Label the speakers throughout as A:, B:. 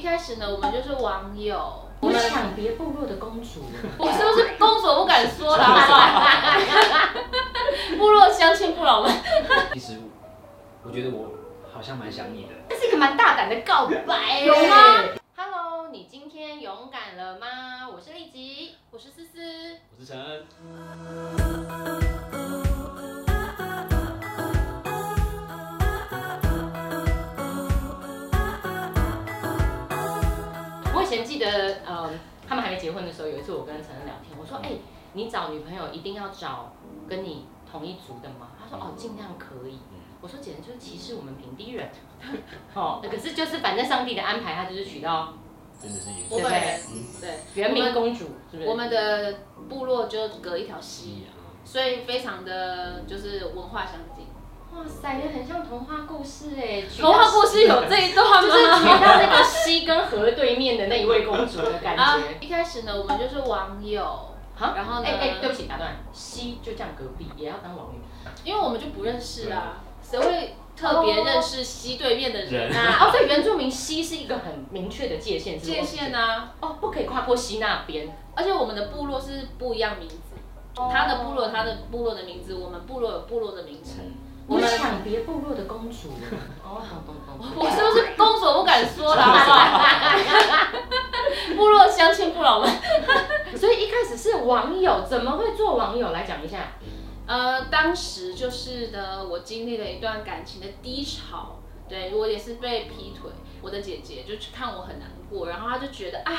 A: 开始呢，我们就是网友，
B: 我
A: 我们
B: 抢别部落的公主，
A: 我是不是公所不敢说了？好不 好部落乡亲父老们，
C: 其实我觉得我好像蛮想你的。
B: 这是一个蛮大胆的告白，
A: 有吗？Hello，你今天勇敢了吗？我是丽吉，我是思思。
C: 我是陈呃恩，
A: 我以前记得，呃，他们还没结婚的时候，有一次我跟陈恩聊天，我说：“哎、你找女朋友一定要找跟你同一族的吗？”他说：“哦，尽量可以。”我说：“简直就是歧视我们平地人。”哦，可是就是反正上帝的安排，他就是娶到
C: 真的是也
A: 我
C: 是
A: 本人
C: 嗯
A: 对
B: 原
A: 我
B: 名
A: 们
B: 公主是不是？
A: 我们的部落就隔一条溪
C: 你，啊，
A: 所以非常的就是文化相近。
B: 哇塞，那很像童话故事哎，
A: 童话故事有这一段
B: 就是
A: 吗？
B: 娶到那个西跟河对面的那一位公主的感
A: 啊
B: 觉。，
A: 一开始呢，我们就是网友，
B: 啊
A: 然后呢
B: 哎哎，对不起，打断，西就这样隔壁也要当网友。
A: 因为我们就不认识啊，谁会特别认识西对面的人
B: 哦，
A: 啊？
B: 所以原住民西是一个很明确的界限，是不是
A: 界限啊，
B: 哦，不可以跨过西那边。
A: 而且我们的部落是不一样名字，他的部落有他的部落的名字，我们部落有部落的名称。
B: 我
A: 我们
B: 们抢别部落的公主。哦，懂懂懂。
A: 我是不是公所不敢说了？好不好部落乡亲父老们，
B: 所以一开始是网友，怎么会做网友？来讲一下。
A: 呃，当时就是呢，我经历了一段感情的低潮，对我也是被劈腿。我的姐姐就去看我很难过，然后她就觉得啊，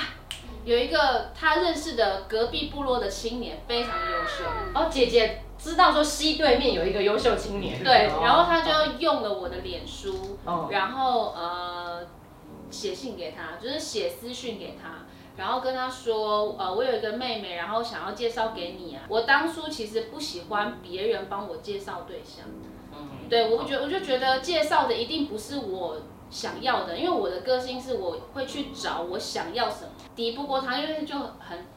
A: 有一个她认识的隔壁部落的青年非常优秀，
B: 哦，姐姐知道说西对面有一个优秀青年。
A: 对
B: 哦，
A: 然后她就用了我的脸书，
B: 哦
A: 然后呃写信给他，就是写私讯给他，然后跟他说，呃，我有一个妹妹，然后想要介绍给你啊。我当初其实不喜欢别人帮我介绍对象，
B: 嗯
A: 对我觉我就觉得介绍的一定不是我想要的，因为我的个性是我会去找我想要什么，敌不过他，因为就很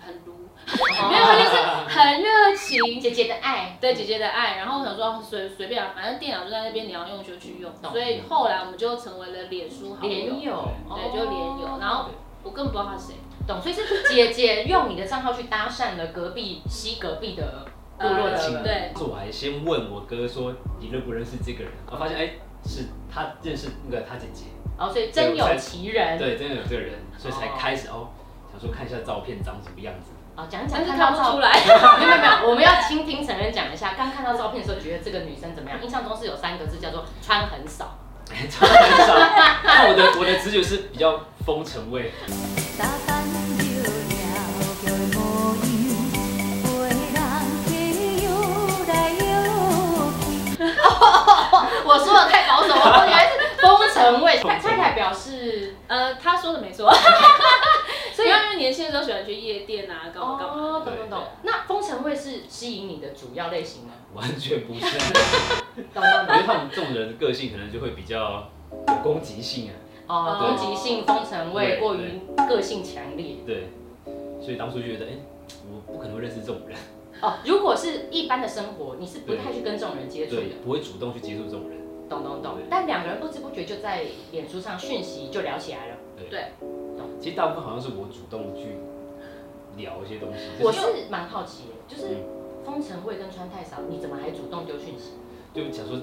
A: 很撸，没有他就是
B: 嗯
A: 很热情。
B: 姐姐的爱。
A: 对姐姐的爱，然后我想说随随便啊，反正电脑就在那边，你要用就去用。所以后来我们就成为了脸书好友，哦
B: 连友，哦
A: 对，就连友。然后我更不知道他是谁，
B: 懂，所以是姐姐用你的账号去搭讪了隔壁西隔壁的部落
A: 呃
B: 的
C: 情
B: 人。
A: 对
C: 是我还先问我哥说你认不认识这个人，我发现哎是他认识那个他姐姐，
B: 哦，所以真有其人。
C: 对，真的有这个人，所以才
B: 哦
C: 开始哦，想说看一下照片长什么样子。
B: 哦，讲一讲
A: 但是
B: 看
A: 看
B: 到
A: 不
B: 照
A: 出来。
B: 没有没有没有，我们要倾听承认讲一下，刚看到照片的时候，觉得这个女生怎么样？印象中是有三个字叫做穿很少。
C: 差很少。那我的我的直觉是比较风尘味，
D: 打扮了了叫模样，陪人去游来游去。
B: 我说的太保守了，原来是风尘味。蔡蔡凯表示，
A: 呃，他说的没 错，所以因为年轻的时候喜欢去夜店啊，干嘛干嘛。
B: 哦，懂懂懂。那风尘味是吸引你的主要类型吗？
C: 完全不是。
B: 懂懂
C: 我觉得
B: 懂。
C: 他们这种人的个性可能就会比较有攻击性啊，
B: 哦，攻击性、风尘味
C: 对
B: 过于个性强烈。
C: 对。所以当初就觉得，哎、我不可能会认识这种人，
B: 哦，如果是一般的生活，你是不太去跟这种人接触
C: 对
B: 的。，
C: 不会主动去接触这种人，
B: 懂懂懂
C: 对。
B: 但两个人不知不觉就在脸书上讯息就聊起来了。
C: 对。
A: 对
C: 其实大部分好像是我主动去聊一些东西，就
B: 我
C: 是
B: 是蛮好奇的，就是
C: 嗯
B: 风尘味跟穿太少，你怎么还主动丢讯息？
C: 就想说，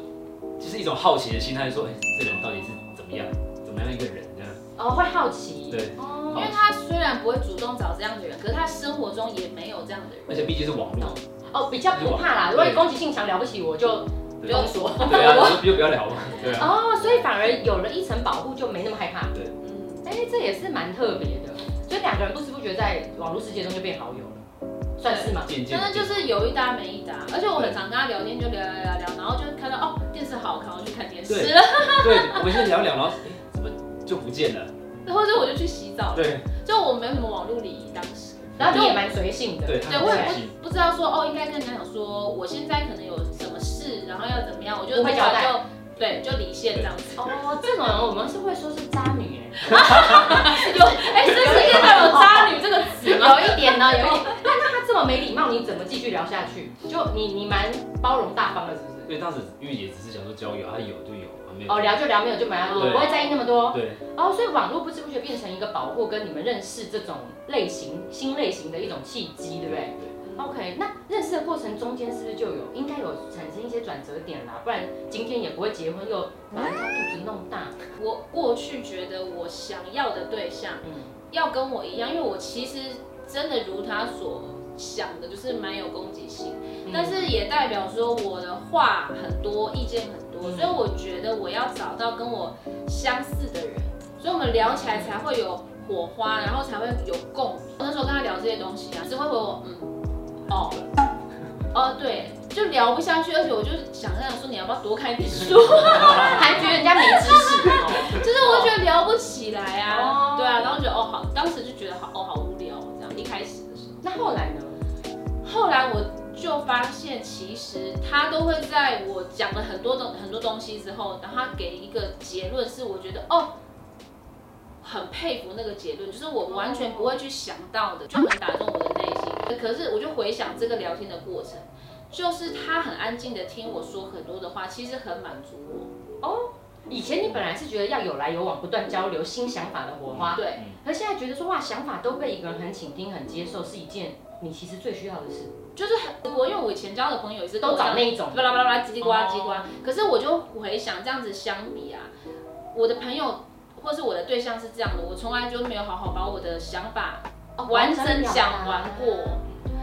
C: 就是一种好奇的心态，说，哎、这人到底是怎么样，怎么样一个人这样，
B: 哦，会好奇。
C: 对。
B: 哦
A: 因为他虽然不会主动找这样的人，可是他生活中也没有这样的人。
C: 而且毕竟是网络，
B: 哦，比较不怕啦。如果你攻击性强了不起，我就
C: 对
B: 封锁。
C: 对啊，就就不要聊嘛，对啊，
B: 哦，所以反而有了一层保护，就没那么害怕。
C: 对。
A: 嗯，
B: 哎，这也是蛮特别的，就两个人不知不觉在网络世界中就变好友了，算是吗？
C: 渐渐
A: 真的就
C: 地
A: 是有一搭没一搭，而且我很常跟他聊天，就聊聊聊聊，然后就看到哦电视好看，我去看电视
C: 对
A: 了，
C: 对，我们先聊聊，然后哎、怎么就不见了？
A: 然后就我就去洗澡了，
C: 对
A: 就我没有什么网络礼仪当时。
B: 然后你也蛮随性的。
C: 对，
A: 对，
C: 他
A: 我
C: 很
A: 也
C: 开心。
A: 不不知道说哦，应该跟人家讲说，我现在可能有什么事，然后要怎么样，我就
B: 不会交代
A: 就对，就离线这样子。
B: 哦，这种人我们是会说是渣女 人，
A: 有哎，这世界上有渣女这个 词吗？
B: 有一点呢，有一点。那那他这么没礼貌，你怎么继续聊下去？就你你蛮包容大方的，是不是？
C: 因为当时因为也只是想说交友，他有就有，啊没有
B: 哦，聊就聊，没有就没有，
C: 对
B: 我不会在意那么多。
C: 对
B: 哦，所以网络不知不觉变成一个保护跟你们认识这种类型新类型的一种契机，对不对？OK，那认识的过程中间是不是就有应该有产生一些转折点啦？不然今天也不会结婚又把人家肚子弄大。
A: 我过去觉得我想要的对象
B: 嗯，
A: 要跟我一样，因为我其实真的如他所想的，就是蛮有攻击性，但是也代表说我的话很多，意见很多，
B: 嗯
A: 所以我觉得我要找到跟我相似的人，所以我们聊起来才会有火花，然后才会有共鸣。我那时候跟他聊这些东西啊，只会回我嗯，哦，哦对，就聊不下去，而且我就想跟他说你要不要多看一点书。
B: 还觉得人家没知识哦。
A: 就是我觉得聊不起来啊，
B: 哦
A: 对啊，然后觉得哦好，当时就觉得好哦好无聊这样，一开始的时候，
B: 那后来呢？
A: 后来我就发现其实他都会在我讲了很多东很多东西之后，然后他给一个结论是我觉得哦。很佩服那个结论，就是我完全不会去想到的，就很打中我的内心。可是我就回想这个聊天的过程，就是他很安静的听我说很多的话，其实很满足我。
B: 以前你本来是觉得要有来有往，不断交流新想法的火花，
A: 对，
B: 可现在觉得说哇，想法都被一个人很倾听、很接受，是一件你其实最需要的事，
A: 就是很我，因为我以前交的朋友也是跟
B: 都
A: 我这样
B: 找那一种。
A: 巴拉巴拉巴拉叽里呱啦叽里呱啦
B: 哦。
A: 可是我就回想这样子相比啊，我的朋友或是我的对象是这样的，我从来就没有好好把我的想法
B: 哦
A: 完整讲完过，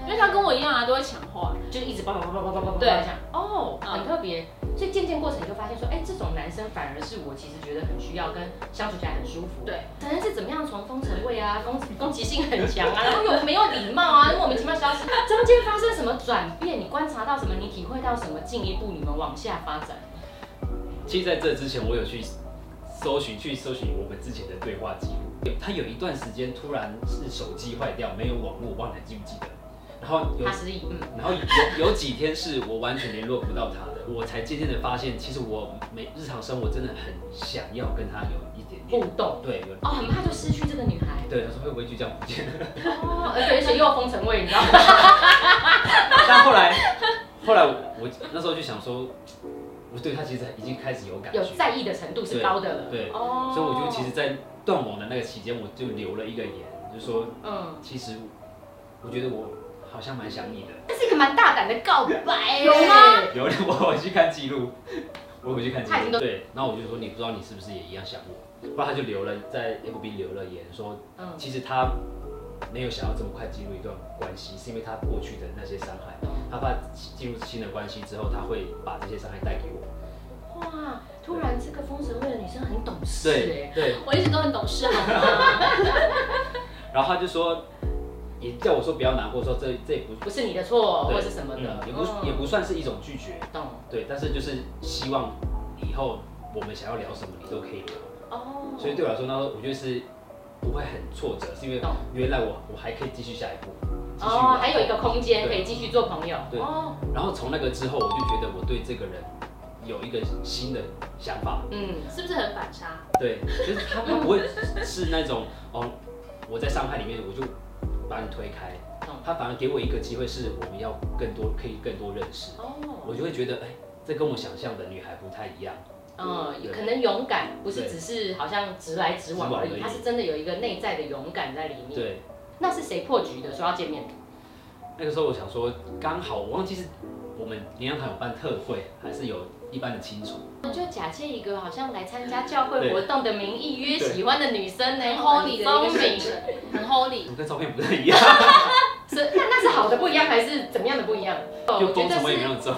A: 因为他跟我一样啊，都会抢话。
B: 就一直叭叭叭叭叭叭叭叭
A: 对
B: 这样。哦，
A: 嗯
B: 很特别。所以渐渐过程你就发现说，哎，这种男生反而是我其实觉得很需要，跟相处起来很舒服。
A: 对，
B: 男人是怎么样从风尘味啊、攻攻击性很强 啊，然后又没有礼貌啊，莫名其妙消失，中间发生什么转变？你观察到什么？你体会到什么？进一步你们往下发展？
C: 其实在这之前，我有去搜寻去搜寻我们之前的对话记录。他有一段时间突然是手机坏掉，没有网络，我忘了记不记得。然后有
B: 他失忆，嗯，
C: 然后有有几天是我完全联络不到他的，我才渐渐的发现，其实我每日常生活真的很想要跟他有一点点
B: 互动。
C: 对有
B: 哦，很怕就失去这个女孩。
C: 对，他说会不会就这样不见了？
B: 哦，而且而且又有风尘味，你知道吗？
C: 但后来后来我我那时候就想说，我对他其实已经开始有感觉
B: 有，在意的程度是高的了。
C: 对对
B: 哦
C: 所以我就其实，，在断网的那个期间，我就留了一个言，就说
B: 嗯。
C: 其实我觉得我好像蛮想你的。
B: 这是一个蛮大胆的告白，
A: 有吗？
C: 有 人我回去看记录，我回去看记
B: 他已经
C: 录。
B: 都
C: 对，然后我就说你不知道你是不是也一样想我，后来他就留了在 FB 留了言说，
B: 嗯，
C: 其实他没有想要这么快进入一段关系，是因为他过去的那些伤害，
B: 嗯
C: 他怕进入新的关系之后，他会把这些伤害带给我。
B: 哇，突然这个风神会的女生很懂事
C: 对
B: 哎，
C: 对，
A: 我一直都很懂事，好吗？
C: 然后他就说，也叫我说不要难过，说这这也不
B: 不是你的错
C: 对
B: 或是什么的
C: 嗯，也不
B: 嗯
C: 也不算是一种拒绝，
B: 懂
C: 对，但是就是希望以后我们想要聊什么，你都可以聊。
B: 哦，
C: 所以对我来说，那我觉得是不会很挫折，是因为
B: 懂
C: 原来我我还可以继续下一步，继续
B: 哦
C: 玩。
B: 还有一个空间可
C: 对
B: 以继续做朋友
C: 对
B: 哦，
C: 然后从那个之后，我就觉得我对这个人有一个新的想法，
B: 嗯，
A: 是不是很反差？
C: 对，就是他他不会是那种哦，我在伤害里面我就把你推开
B: 懂，
C: 他反而给我一个机会，是我们要更多可以更多认识，我
B: 哦，
C: 就会觉得哎、这跟我想象的女孩不太一样，
B: 嗯，
C: 对
B: 可能勇敢不是
C: 对
B: 只是好像直来直往而
C: 直往而
B: 已，
C: 已
B: 它是真的有一个内在的勇敢在里面。，
C: 对。
B: 那是谁破局的？说要见面，
C: 那个时候我想说，刚好我忘记是我们年阳堂有办特会，还是有一般的亲属，
B: 你就假借一个好像来参加教会
C: 对
B: 活动的名义约
C: 对
B: 喜欢的女生呢
A: 很 holy 的
B: ，Holy
A: 一
B: 风
A: 个行。
B: 景
A: 程，很 holy
C: 怎。么跟照片不太一样？
B: 是那那是好的不一样，还是怎么样的不一样？哦
C: 就
B: 我觉
C: 封什
B: 得
C: 么也没
B: 是
C: 有中，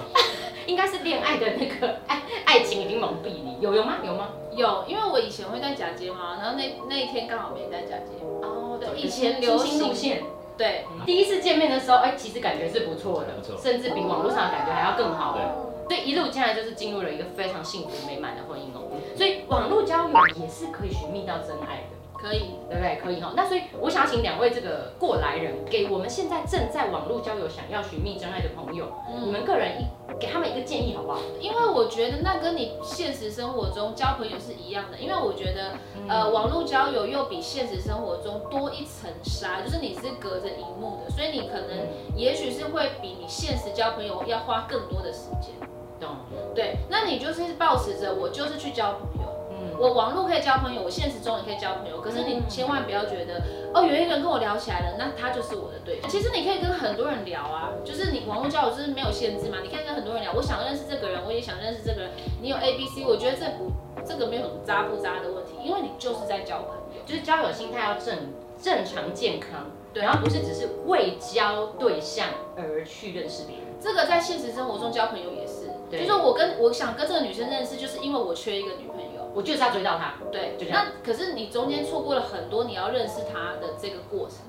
B: 应该是恋爱的那个爱爱情已经蒙蔽你，有有吗？有吗？
A: 有，因为我以前会在假睫毛，然后那那一天刚好没在假睫毛。
B: 哦
A: 对以前流行
B: 新路线，
A: 对，
B: 第一次见面的时候，哎，其实感觉是不错
C: 不
B: 的，
C: 错
B: 甚至比网络上的感觉还要更好。
C: 对
B: 所以一路进来就是进入了一个非常幸福美满的婚姻哦。所以网络交友也是可以寻觅到真爱的。
A: 可以。
B: 对不对？可以哈。那所以我想要请两位这个过来人，给我们现在正在网络交友、想要寻觅真爱的朋友，
A: 嗯
B: 你们个人一给他们一个建议好不好？
A: 因为我觉得那跟你现实生活中交朋友是一样的，因为我觉得呃，网络交友又比现实生活中多一层纱，就是你是隔着荧幕的，所以你可能也许是会比你现实交朋友要花更多的时间。
B: 懂，
A: 对，那你就是保持着我就是去交朋友，
B: 嗯，
A: 我网络可以交朋友，我现实中也可以交朋友，可是你
B: 嗯
A: 千万不要觉得哦，有一个人跟我聊起来了，那他就是我的对象。其实你可以跟很多人聊啊，就是你网络交友就是没有限制嘛，你可以跟很多人聊。我想认识这个人，我也想认识这个人，你有 A B C，我觉得这不这个没有什么渣不渣的问题，因为你就是在交朋友。
B: 就是交友心态要正正常健康，
A: 对
B: 然后不是只是为交对象而去认识别人，
A: 这个在现实生活中交朋友也是，就
B: 对
A: 是我跟我想跟这个女生认识，就是因为我缺一个女朋友。
B: 我就是要追到他，
A: 对
B: 就，这样
A: 那可是你中间错过了很多你要认识她的这个过程。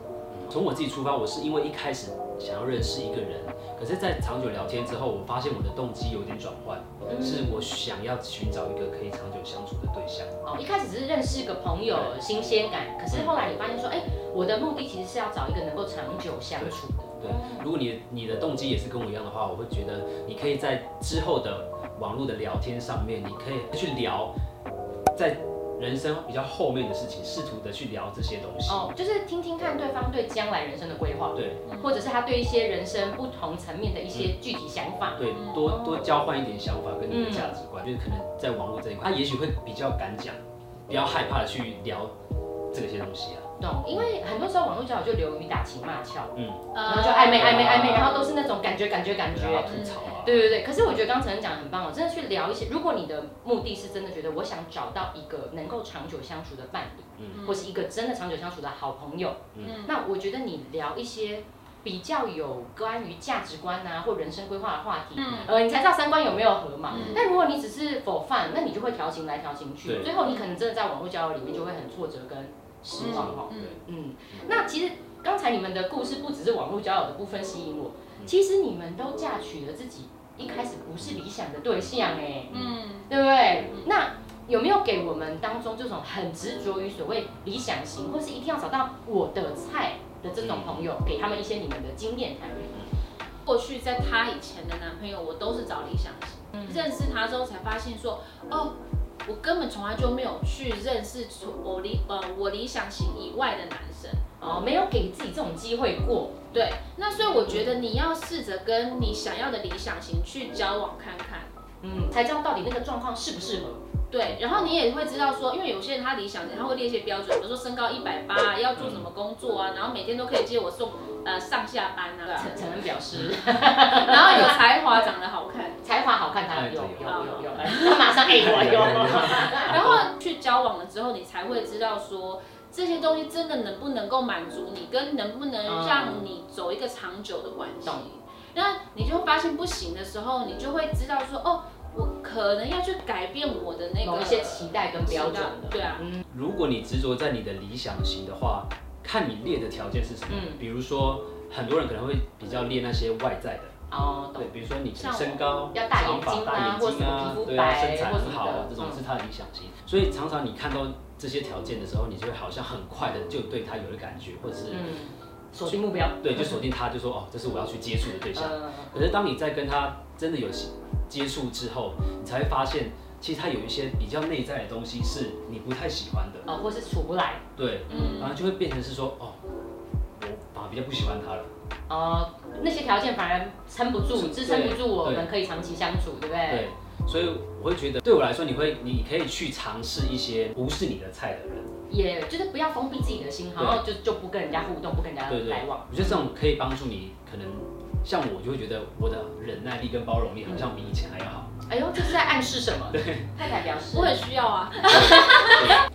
C: 从我自己出发，我是因为一开始想要认识一个人，可是，在长久聊天之后，我发现我的动机有点转换，
B: 嗯
C: 是我想要寻找一个可以长久相处的对象。
B: 哦，一开始只是认识个朋友，新鲜感，可是后来你发现说，哎、我的目的其实是要找一个能够长久相处的，
C: 对，如果你你的动机也是跟我一样的话，我会觉得你可以在之后的网络的聊天上面，你可以去聊在人生比较后面的事情，试图的去聊这些东西。
B: 哦，就是听听看对方对将来人生的规划，
C: 对
B: 或者是他对一些人生不同层面的一些具体想法，
C: 对，多多交换一点想法跟你的价值观，就是可能在网络这一
B: 嗯
C: 块，他也许会比较敢讲，比较害怕的去聊这些东西啊。
B: 懂？因为很多时候网络交友就流于打情骂俏，
A: 然
B: 然后就暧昧
C: 呃
B: 暧昧暧昧，
A: 嗯
B: 然后都是那种感觉感觉感觉嗯
C: 然，后吐槽啊，
B: 对对对，可是我觉得刚才讲得很棒哦，真的去聊一些，如果你的目的是真的觉得我想找到一个能够长久相处的伴侣，
C: 嗯
B: 或是一个真的长久相处的好朋友，
A: 嗯，
B: 那我觉得你聊一些比较有关于价值观啊或人生规划的话题，
A: 嗯
B: 呃，你才知道三观有没有合嘛。
A: 嗯
B: 但如果你只是否犯，那你就会调情来调情去，
C: 对
B: 最后你可能真的在网络交友里面就会很挫折跟失望哦。
A: 嗯
B: 嗯，那其实刚才你们的故事不只是网络交友的部分吸引我，
C: 嗯
B: 其实你们都嫁娶了自己一开始不是理想的对象哎、
A: 嗯，
B: 对不对
A: 嗯？
B: 那有没有给我们当中这种很执着于所谓理想型，或是一定要找到我的菜的这种朋友，给他们一些你们的经验谈？
A: 过去在她以前的男朋友，我都是找理想型，
B: 嗯
A: 认识他之后才发现说，哦，我根本从来就没有去认识除我理呃我理想型以外的男生。
B: 哦，没有给自己这种机会过，
A: 对，那所以我觉得你要试着跟你想要的理想型去交往看看。
B: 嗯，才知道到底那个状况适不适合。
A: 对，然后你也会知道说，因为有些人他理想型，他会列一些标准，比如说身高一百
B: 嗯
A: 八，要做什么工作啊，然后每天都可以接我送呃上下班啊，
B: 陈陈恩表示，啊
A: 然后有才华，长得好看，
B: 才华好看，他有
C: 哎对
B: 有
A: 有
B: 有有，他马上哎我有，
A: 然后去交往了之后，你才会知道说这些东西真的能不能够满足你，跟能不能让你走一个长久的关系
B: 懂。
A: 那你就发现不行的时候，你就会知道说，哦，我可能要去改变我的那
B: 某
A: 个
B: 一些期待跟标准的，
A: 对啊，
B: 嗯
C: 如果你执着在你的理想型的话，看你列的条件是什么。
B: 嗯
C: 比如说，很多人可能会比较列那些外在的，
B: 哦懂
C: 对，，比如说你的
A: 像我
C: 身高、
B: 要大眼
C: 长发
B: 睛啊
C: 大眼
B: 或者
C: 睛啊
B: 皮肤
C: 对啊，
B: 白
C: 身材
B: 或什
C: 很
B: 么
C: 好啊
B: 的，
C: 这种
B: 嗯
C: 是他的理想型。所以常常你看到这些条件的时候，你就会好像很快的就对他有了感觉，或者是、
B: 嗯，锁定目标，
C: 对，就锁定他，就说哦，这是我要去接触的对象。
B: 呃，
C: 可是当你在跟他真的有接触之后，你才会发现，其实他有一些比较内在的东西是你不太喜欢的，
B: 哦，或是处不来，
C: 对，
A: 嗯
C: 然后就会变成是说，哦，我反而比较不喜欢他了，
B: 哦，那些条件反而撑不住，
C: 是
B: 支撑不住我
C: 对
B: 们可以长期相处，对不对？
C: 对，所以我会觉得，对我来说，你会，你可以去尝试一些不是你的菜的人，
B: 也就是不要封闭自己的心，
C: 对
B: 然后就就不跟人家互动，不跟人家
C: 对对，
B: 来往。
C: 我觉得这种可以帮助你，可能像我就会觉得我的忍耐力跟包容力好像比以前还要 好，
B: 哎呦，这是在暗示什么？太太表示，
A: 我很需要啊。
C: 对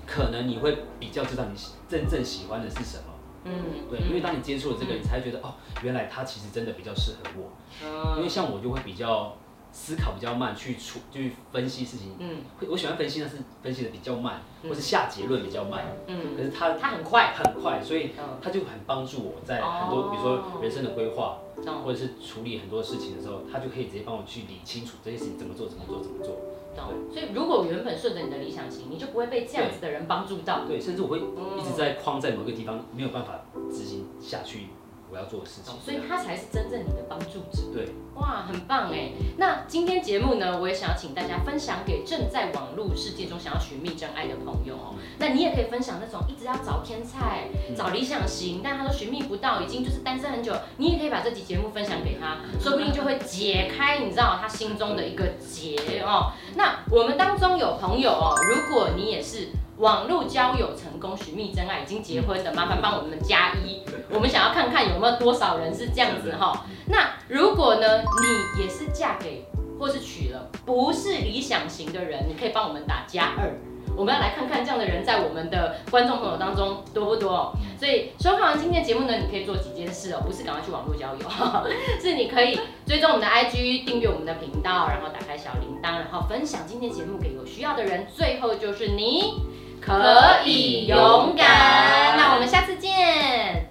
C: 可能你会比较知道你真正喜欢的是什么。
B: 嗯
C: 对，因为当你接触了这个，你才会觉得哦，原来他其实真的比较适合我。因为
B: 嗯
C: 像我就会比较思考比较慢，去处去分析事情。
B: 嗯
C: 会我喜欢分析，但是分析的比较慢，
B: 嗯
C: 或是下结论比较慢。可
B: 嗯，
C: 是他
B: 他很快，
C: 很快，所以
B: 嗯，
C: 他就很帮助我在很多，
B: 哦
C: 比如说人生的规划，
B: 懂
C: 或者是处理很多事情的时候，他就可以直接帮我去理清楚这些事情怎么做，怎么做，怎么做。
B: 懂。所以如果原本顺着你的理想型，你就不会被这样子的人帮助到。
C: 对，甚至我会
B: 嗯
C: 一直在框在某个地方，没有办法执行下去我要做的事情。
B: 所以他才是真正你的帮助者。
C: 对，
B: 哇，很棒哎！那今天节目呢，我也想要请大家分享给正在网络世界中想要寻觅真爱的朋友哦。那你也可以分享那种一直要找天菜、
C: 嗯
B: 找理想型，但他都寻觅不到，已经就是单身很久，你也可以把这集节目分享给他，说不定就会解开你知道他心中的一个结哦。那我们当中有朋友哦，如果你也是。网络交友成功寻觅真爱，已经结婚的，麻烦帮我们加一。我们想要看看有没有多少人是这样子哈、那如果呢，你也是嫁给或是娶了不是理想型的人，你可以帮我们打加二。我们要来看看这样的人在我们的观众朋友当中多不多哦。所以收看完今天的节目呢，你可以做几件事哦，不是赶快去网络交友， 是你可以追踪我们的 IG，订阅我们的频道，然后打开小铃铛，然后分享今天节目给有需要的人。最后就是你可以勇敢，那我们下次见。